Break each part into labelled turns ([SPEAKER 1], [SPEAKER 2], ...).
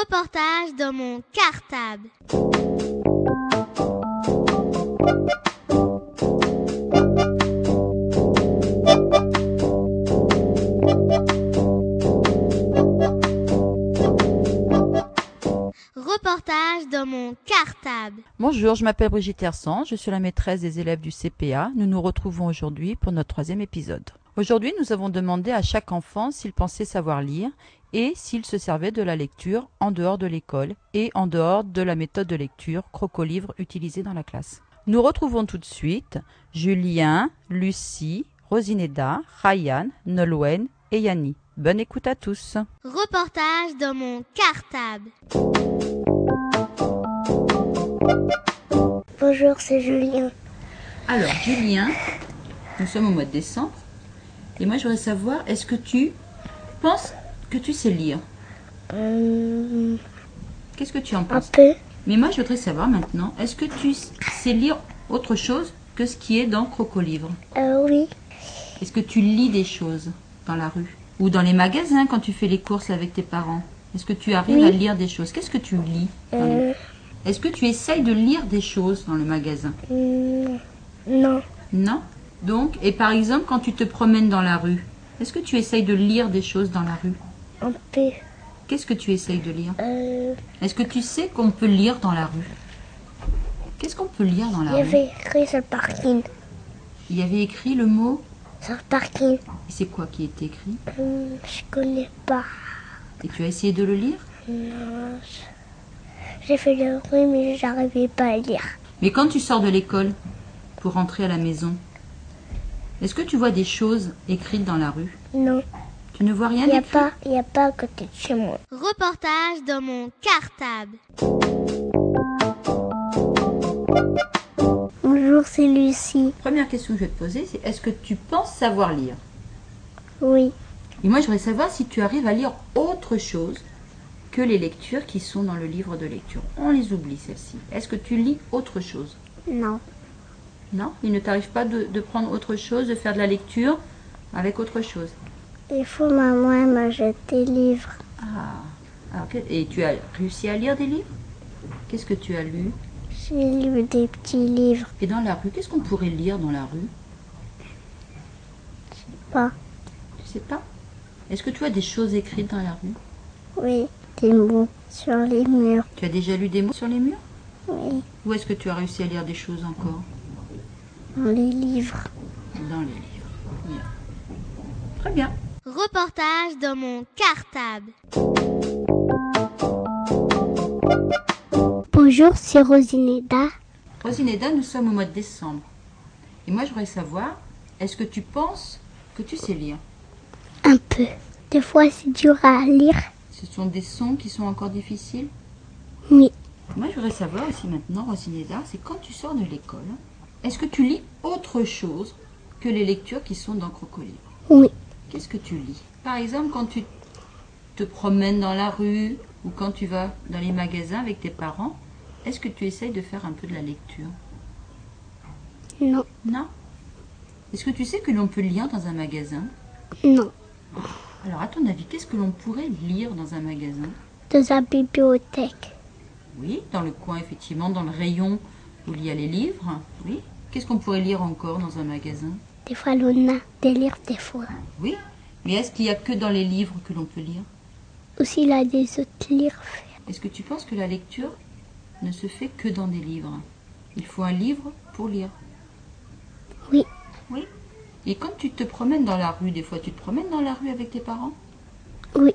[SPEAKER 1] Reportage dans mon cartable. Reportage dans mon cartable.
[SPEAKER 2] Bonjour, je m'appelle Brigitte Hersan, je suis la maîtresse des élèves du CPA. Nous nous retrouvons aujourd'hui pour notre troisième épisode. Aujourd'hui, nous avons demandé à chaque enfant s'il pensait savoir lire et s'il se servait de la lecture en dehors de l'école et en dehors de la méthode de lecture crocolivre utilisée dans la classe. Nous retrouvons tout de suite Julien, Lucie, Rosineda, Ryan, Nolwenn et Yanni. Bonne écoute à tous.
[SPEAKER 1] Reportage dans mon cartable.
[SPEAKER 3] Bonjour, c'est Julien.
[SPEAKER 2] Alors, Julien, nous sommes au mois de décembre. Et moi, je voudrais savoir, est-ce que tu penses que tu sais lire
[SPEAKER 3] Hum,
[SPEAKER 2] Qu'est-ce que tu en
[SPEAKER 3] un
[SPEAKER 2] penses
[SPEAKER 3] peu.
[SPEAKER 2] Mais moi, je voudrais savoir maintenant, est-ce que tu sais lire autre chose que ce qui est dans Crocolivre
[SPEAKER 3] Euh, oui.
[SPEAKER 2] Est-ce que tu lis des choses dans la rue Ou dans les magasins quand tu fais les courses avec tes parents Est-ce que tu arrives
[SPEAKER 3] Oui.
[SPEAKER 2] à lire des choses Qu'est-ce que tu lis dans les-
[SPEAKER 3] Euh,
[SPEAKER 2] Est-ce que tu essayes de lire des choses dans le magasin
[SPEAKER 3] hum, non.
[SPEAKER 2] Non Donc, et par exemple, quand tu te promènes dans la rue, est-ce que tu essayes de lire des choses dans la rue
[SPEAKER 3] Un peu.
[SPEAKER 2] Qu'est-ce que tu essayes de lire
[SPEAKER 3] Euh,
[SPEAKER 2] Est-ce que tu sais qu'on peut lire dans la rue Qu'est-ce qu'on peut lire dans la
[SPEAKER 3] il y
[SPEAKER 2] rue
[SPEAKER 3] avait écrit sur le parking.
[SPEAKER 2] Il y avait écrit le mot.
[SPEAKER 3] Sur le parking.
[SPEAKER 2] Et c'est quoi qui est écrit
[SPEAKER 3] Hum, je connais pas.
[SPEAKER 2] Et tu as essayé de le lire
[SPEAKER 3] Non. je- J'ai fait le bruit, mais j'arrivais pas à lire.
[SPEAKER 2] Mais quand tu sors de l'école pour rentrer à la maison, est-ce que tu vois des choses écrites dans la rue
[SPEAKER 3] Non.
[SPEAKER 2] Tu ne vois rien
[SPEAKER 3] Il n'y a
[SPEAKER 2] d'écrit
[SPEAKER 3] pas, il y a pas à côté de chez moi.
[SPEAKER 1] Reportage dans mon cartable.
[SPEAKER 3] Bonjour, c'est Lucie.
[SPEAKER 2] Première question que je vais te poser, c'est est-ce que tu penses savoir lire
[SPEAKER 3] Oui.
[SPEAKER 2] Et moi, je voudrais savoir si tu arrives à lire autre chose que les lectures qui sont dans le livre de lecture. On les oublie, celles-ci. Est-ce que tu lis autre chose
[SPEAKER 3] Non.
[SPEAKER 2] Non, il ne t'arrive pas de, de prendre autre chose, de faire de la lecture avec autre chose.
[SPEAKER 3] Des fois, maman, elle m'a jeté des livres.
[SPEAKER 2] Ah, Alors, que- et tu as réussi à lire des livres Qu'est-ce que tu as lu
[SPEAKER 3] J'ai lu des petits livres.
[SPEAKER 2] Et dans la rue, qu'est-ce qu'on pourrait lire dans la rue
[SPEAKER 3] Pas.
[SPEAKER 2] Tu sais pas Est-ce que tu as des choses écrites dans la rue
[SPEAKER 3] Oui. Des mots sur les murs.
[SPEAKER 2] Tu as déjà lu des mots sur les murs
[SPEAKER 3] Oui.
[SPEAKER 2] Ou est-ce que tu as réussi à lire des choses encore
[SPEAKER 3] Dans les livres.
[SPEAKER 2] dans les livres Bien. Très bien.
[SPEAKER 1] Reportage dans mon cartable.
[SPEAKER 3] Bonjour, c'est Rosineda.
[SPEAKER 2] Rosineda, nous sommes au mois de décembre. Et moi, je voudrais savoir, est-ce que tu penses que tu sais lire
[SPEAKER 3] Un peu. Des fois, c'est dur à lire.
[SPEAKER 2] Ce sont des sons qui sont encore difficiles
[SPEAKER 3] Oui.
[SPEAKER 2] Moi, je voudrais savoir aussi maintenant, Rosineda, c'est quand tu sors de l'école, est-ce que tu lis autre chose que les lectures qui sont dans Crocolibre
[SPEAKER 3] Oui.
[SPEAKER 2] Qu'est-ce que tu lis Par exemple, quand tu te promènes dans la rue ou quand tu vas dans les magasins avec tes parents, est-ce que tu essayes de faire un peu de la lecture
[SPEAKER 3] Non.
[SPEAKER 2] Non Est-ce que tu sais que l'on peut lire dans un magasin
[SPEAKER 3] Non.
[SPEAKER 2] Alors, à ton avis, qu'est-ce que l'on pourrait lire dans un magasin
[SPEAKER 3] Dans la bibliothèque.
[SPEAKER 2] Oui, dans le coin, effectivement, dans le rayon où il y a les livres. Oui. Qu'est-ce qu'on pourrait lire encore dans un magasin
[SPEAKER 3] Des fois, l'on a des livres, des fois.
[SPEAKER 2] Oui. Mais est-ce qu'il n'y a que dans les livres que l'on peut lire
[SPEAKER 3] Aussi, il a des autres livres.
[SPEAKER 2] Est-ce que tu penses que la lecture ne se fait que dans des livres Il faut un livre pour lire.
[SPEAKER 3] Oui.
[SPEAKER 2] Oui. Et quand tu te promènes dans la rue, des fois, tu te promènes dans la rue avec tes parents
[SPEAKER 3] Oui.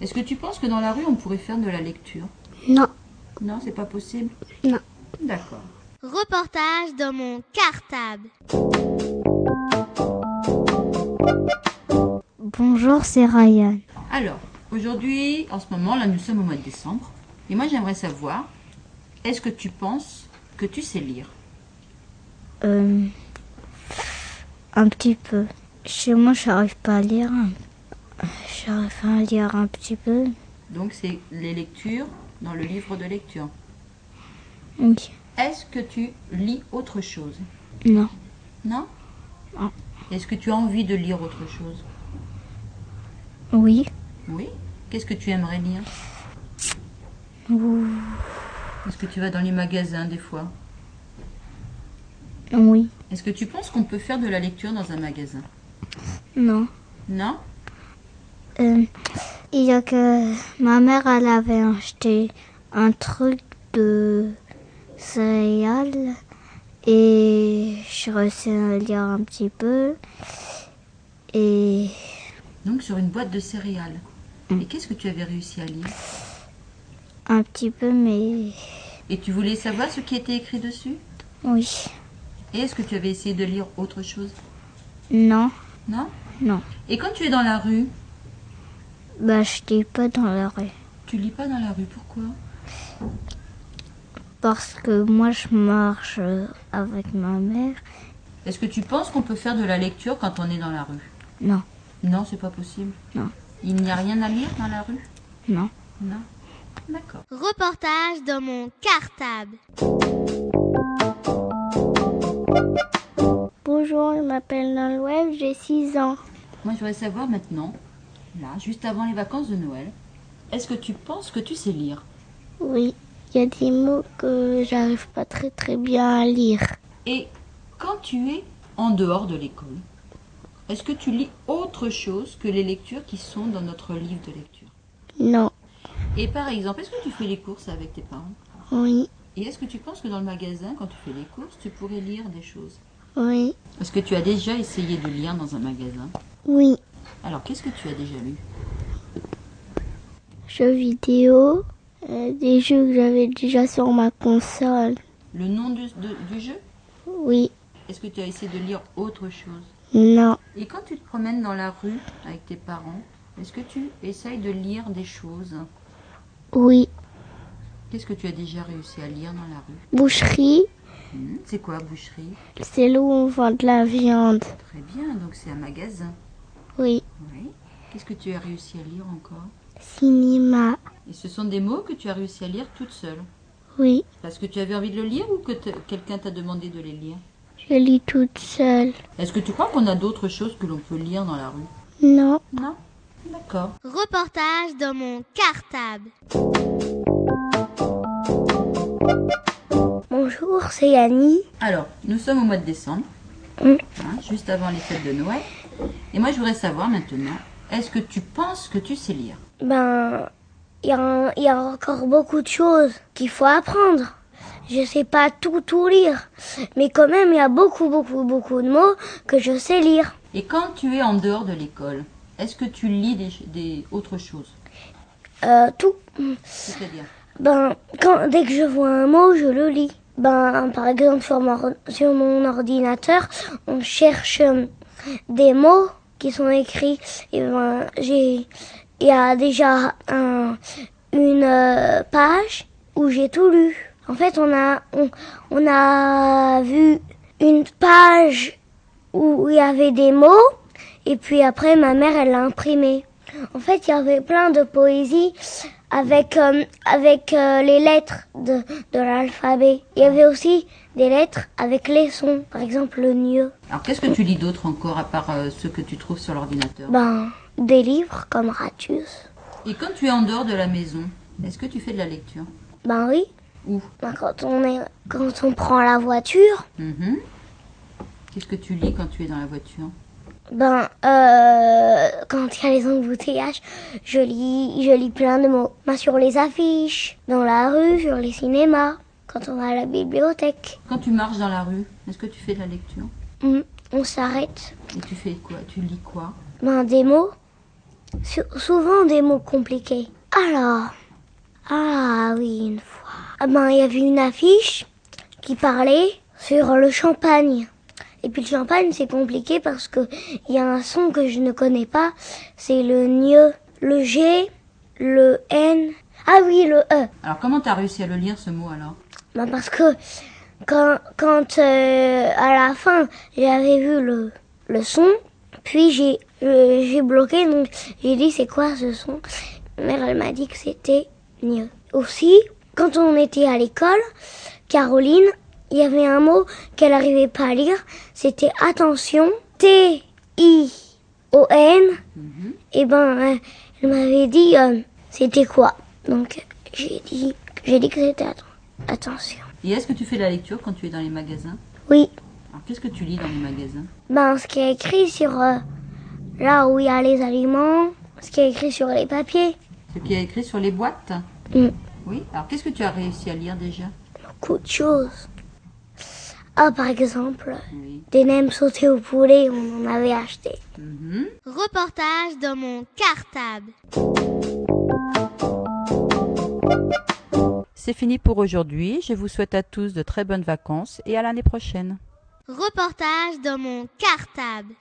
[SPEAKER 2] Est-ce que tu penses que dans la rue, on pourrait faire de la lecture
[SPEAKER 3] Non.
[SPEAKER 2] Non, c'est pas possible
[SPEAKER 3] Non.
[SPEAKER 2] D'accord.
[SPEAKER 1] Reportage dans mon cartable.
[SPEAKER 4] Bonjour, c'est Ryan.
[SPEAKER 2] Alors, aujourd'hui, en ce moment, là, nous sommes au mois de décembre. Et moi, j'aimerais savoir, est-ce que tu penses que tu sais lire
[SPEAKER 4] Euh, un petit peu. Chez moi, j'arrive pas à lire. J'arrive à lire un petit peu.
[SPEAKER 2] Donc, c'est les lectures dans le livre de lecture.
[SPEAKER 4] Oui.
[SPEAKER 2] Est-ce que tu lis autre chose
[SPEAKER 4] Non.
[SPEAKER 2] Non
[SPEAKER 4] Non.
[SPEAKER 2] Est-ce que tu as envie de lire autre chose
[SPEAKER 4] Oui.
[SPEAKER 2] Oui. Qu'est-ce que tu aimerais lire
[SPEAKER 4] Ouh,
[SPEAKER 2] Est-ce que tu vas dans les magasins des fois
[SPEAKER 4] Oui.
[SPEAKER 2] Est-ce que tu penses qu'on peut faire de la lecture dans un magasin
[SPEAKER 4] Non.
[SPEAKER 2] Non
[SPEAKER 4] Euh, il y a que ma mère, elle avait acheté un truc de céréales et je réussi à lire un petit peu. Et
[SPEAKER 2] Donc sur une boîte de céréales. Et qu'est-ce que tu avais réussi à lire
[SPEAKER 4] un petit peu, mais
[SPEAKER 2] Et tu voulais savoir ce qui était écrit dessus
[SPEAKER 4] oui.
[SPEAKER 2] Et est-ce que tu avais essayé de lire autre chose
[SPEAKER 4] Non,
[SPEAKER 2] Non
[SPEAKER 4] non.
[SPEAKER 2] Et quand tu es dans la rue,
[SPEAKER 4] Bah, je lis pas dans la rue.
[SPEAKER 2] tu lis pas dans la rue, pourquoi
[SPEAKER 4] Parce que moi, je marche euh, avec ma mère.
[SPEAKER 2] Est-ce que tu penses qu'on peut faire de la lecture quand on est dans la rue
[SPEAKER 4] Non,
[SPEAKER 2] Non, c'est pas possible.
[SPEAKER 4] Non.
[SPEAKER 2] Il n'y a rien à lire dans la rue
[SPEAKER 4] non.
[SPEAKER 2] Non. D'accord.
[SPEAKER 1] Reportage dans mon cartable.
[SPEAKER 3] Bonjour, je m'appelle Nolwenn, j'ai 6 ans.
[SPEAKER 2] Moi, je voudrais savoir maintenant, là, juste avant les vacances de Noël, est-ce que tu penses que tu sais lire
[SPEAKER 3] Oui, il y a des mots que j'arrive pas très très bien à lire.
[SPEAKER 2] Et quand tu es en dehors de l'école, est-ce que tu lis autre chose que les lectures qui sont dans notre livre de lecture
[SPEAKER 3] Non,
[SPEAKER 2] Et par exemple, est-ce que tu fais les courses avec tes parents
[SPEAKER 3] oui,
[SPEAKER 2] Et est-ce que tu penses que dans le magasin, quand tu fais les courses, tu pourrais lire des choses
[SPEAKER 3] oui,
[SPEAKER 2] Est-ce que tu as déjà essayé de lire dans un magasin
[SPEAKER 3] oui.
[SPEAKER 2] Alors, qu'est-ce que tu as déjà lu
[SPEAKER 3] Jeux vidéo, euh, des jeux que j'avais déjà sur ma console.
[SPEAKER 2] Le nom du, de- du jeu
[SPEAKER 3] Oui,
[SPEAKER 2] Est-ce que tu as essayé de lire autre chose
[SPEAKER 3] non,
[SPEAKER 2] Et quand tu te promènes dans la rue avec tes parents, est-ce que tu essayes de lire des choses
[SPEAKER 3] oui.
[SPEAKER 2] Qu'est-ce que tu as déjà réussi à lire dans la rue
[SPEAKER 3] Boucherie,
[SPEAKER 2] Hmm, C'est quoi, boucherie
[SPEAKER 3] c'est là où on vend de la viande.
[SPEAKER 2] Très bien, donc c'est un magasin.
[SPEAKER 3] Oui,
[SPEAKER 2] Oui. Qu'est-ce que tu as réussi à lire encore
[SPEAKER 3] cinéma,
[SPEAKER 2] Et ce sont des mots que tu as réussi à lire toute seule.
[SPEAKER 3] oui.
[SPEAKER 2] Parce que tu avais envie de le lire ou que te- quelqu'un t'a demandé de les lire
[SPEAKER 3] Je lis toute seule.
[SPEAKER 2] Est-ce que tu crois qu'on a d'autres choses que l'on peut lire dans la rue
[SPEAKER 3] Non,
[SPEAKER 2] Non D'accord.
[SPEAKER 1] Reportage dans mon cartable.
[SPEAKER 3] bonjour, c'est Annie.
[SPEAKER 2] Alors, nous sommes au mois de décembre,
[SPEAKER 3] Mm.
[SPEAKER 2] hein, juste avant les fêtes de Noël. Et moi, je voudrais savoir maintenant, est-ce que tu penses que tu sais lire
[SPEAKER 3] Ben, il y, a- il y a encore beaucoup de choses qu'il faut apprendre. Je sais pas tout tout lire, mais quand même il y a beaucoup beaucoup beaucoup de mots que je sais lire.
[SPEAKER 2] Et quand tu es en dehors de l'école, est-ce que tu lis des, des autres choses
[SPEAKER 3] Euh, tout.
[SPEAKER 2] C'est-à-dire
[SPEAKER 3] Ben, quand dès que je vois un mot, je le lis. Ben, par exemple sur mon, or- sur mon ordinateur, on cherche euh, des mots qui sont écrits. Et ben, j'ai il y a déjà un- une euh, page où j'ai tout lu. En fait, on a on, on a vu une page où il y avait des mots et puis après ma mère elle l'a imprimé. En fait, il y avait plein de poésie avec euh, avec euh, les lettres de, de l'alphabet. Il y avait aussi des lettres avec les sons, par exemple le nieu.
[SPEAKER 2] Alors, qu'est-ce que tu lis d'autre encore à part euh, ceux que tu trouves sur l'ordinateur
[SPEAKER 3] Ben des livres comme Ratius.
[SPEAKER 2] Et quand tu es en dehors de la maison, est-ce que tu fais de la lecture
[SPEAKER 3] Ben oui,
[SPEAKER 2] Où
[SPEAKER 3] ben, quand on est quand on prend la voiture,
[SPEAKER 2] Mhm. Qu'est-ce que tu lis quand tu es dans la voiture
[SPEAKER 3] ben euh, quand il y a les embouteillages, je lis je lis plein de mots. Ben, sur les affiches, dans la rue, sur les cinémas, quand on va à la bibliothèque.
[SPEAKER 2] Quand tu marches dans la rue, est-ce que tu fais de la lecture
[SPEAKER 3] Hmm, on s'arrête.
[SPEAKER 2] Et tu fais quoi Tu lis quoi
[SPEAKER 3] Ben, des mots. Sou- souvent des mots compliqués. Alors. Ah oui, une fois. Ah ben, il y avait une affiche qui parlait sur le champagne. Et puis le champagne, c'est compliqué parce que il y a un son que je ne connais pas. C'est le nieu, le G, le N. Ah oui, le E.
[SPEAKER 2] Alors, comment tu as réussi à le lire ce mot alors
[SPEAKER 3] Ben, parce que quand, quand euh, à la fin j'avais vu le, le son, puis j'ai euh, j'ai bloqué, donc j'ai dit c'est quoi ce son Mère elle m'a dit que c'était mieux. Aussi, quand on était à l'école, Caroline, il y avait un mot qu'elle n'arrivait pas à lire, c'était attention, T-I-O-N, et ben euh, elle m'avait dit euh, c'était quoi. Donc J'ai dit, j'ai dit que c'était atten- attention.
[SPEAKER 2] Et est-ce que tu fais la lecture quand tu es dans les magasins
[SPEAKER 3] Oui,
[SPEAKER 2] Alors qu'est-ce que tu lis dans les magasins
[SPEAKER 3] ben ce qui est écrit sur euh, là où il y a les aliments, ce qui est écrit sur les papiers,
[SPEAKER 2] Ce qui est écrit sur les boîtes
[SPEAKER 3] Mm.
[SPEAKER 2] Oui. Alors qu'est-ce que tu as réussi à lire déjà
[SPEAKER 3] beaucoup de choses. Ah, par exemple,
[SPEAKER 2] Oui.
[SPEAKER 3] des nems sautés au poulet, on en avait acheté.
[SPEAKER 2] Mhm.
[SPEAKER 1] Reportage dans mon cartable.
[SPEAKER 2] C'est fini pour aujourd'hui. Je vous souhaite à tous de très bonnes vacances et à l'année prochaine.
[SPEAKER 1] Reportage dans mon cartable.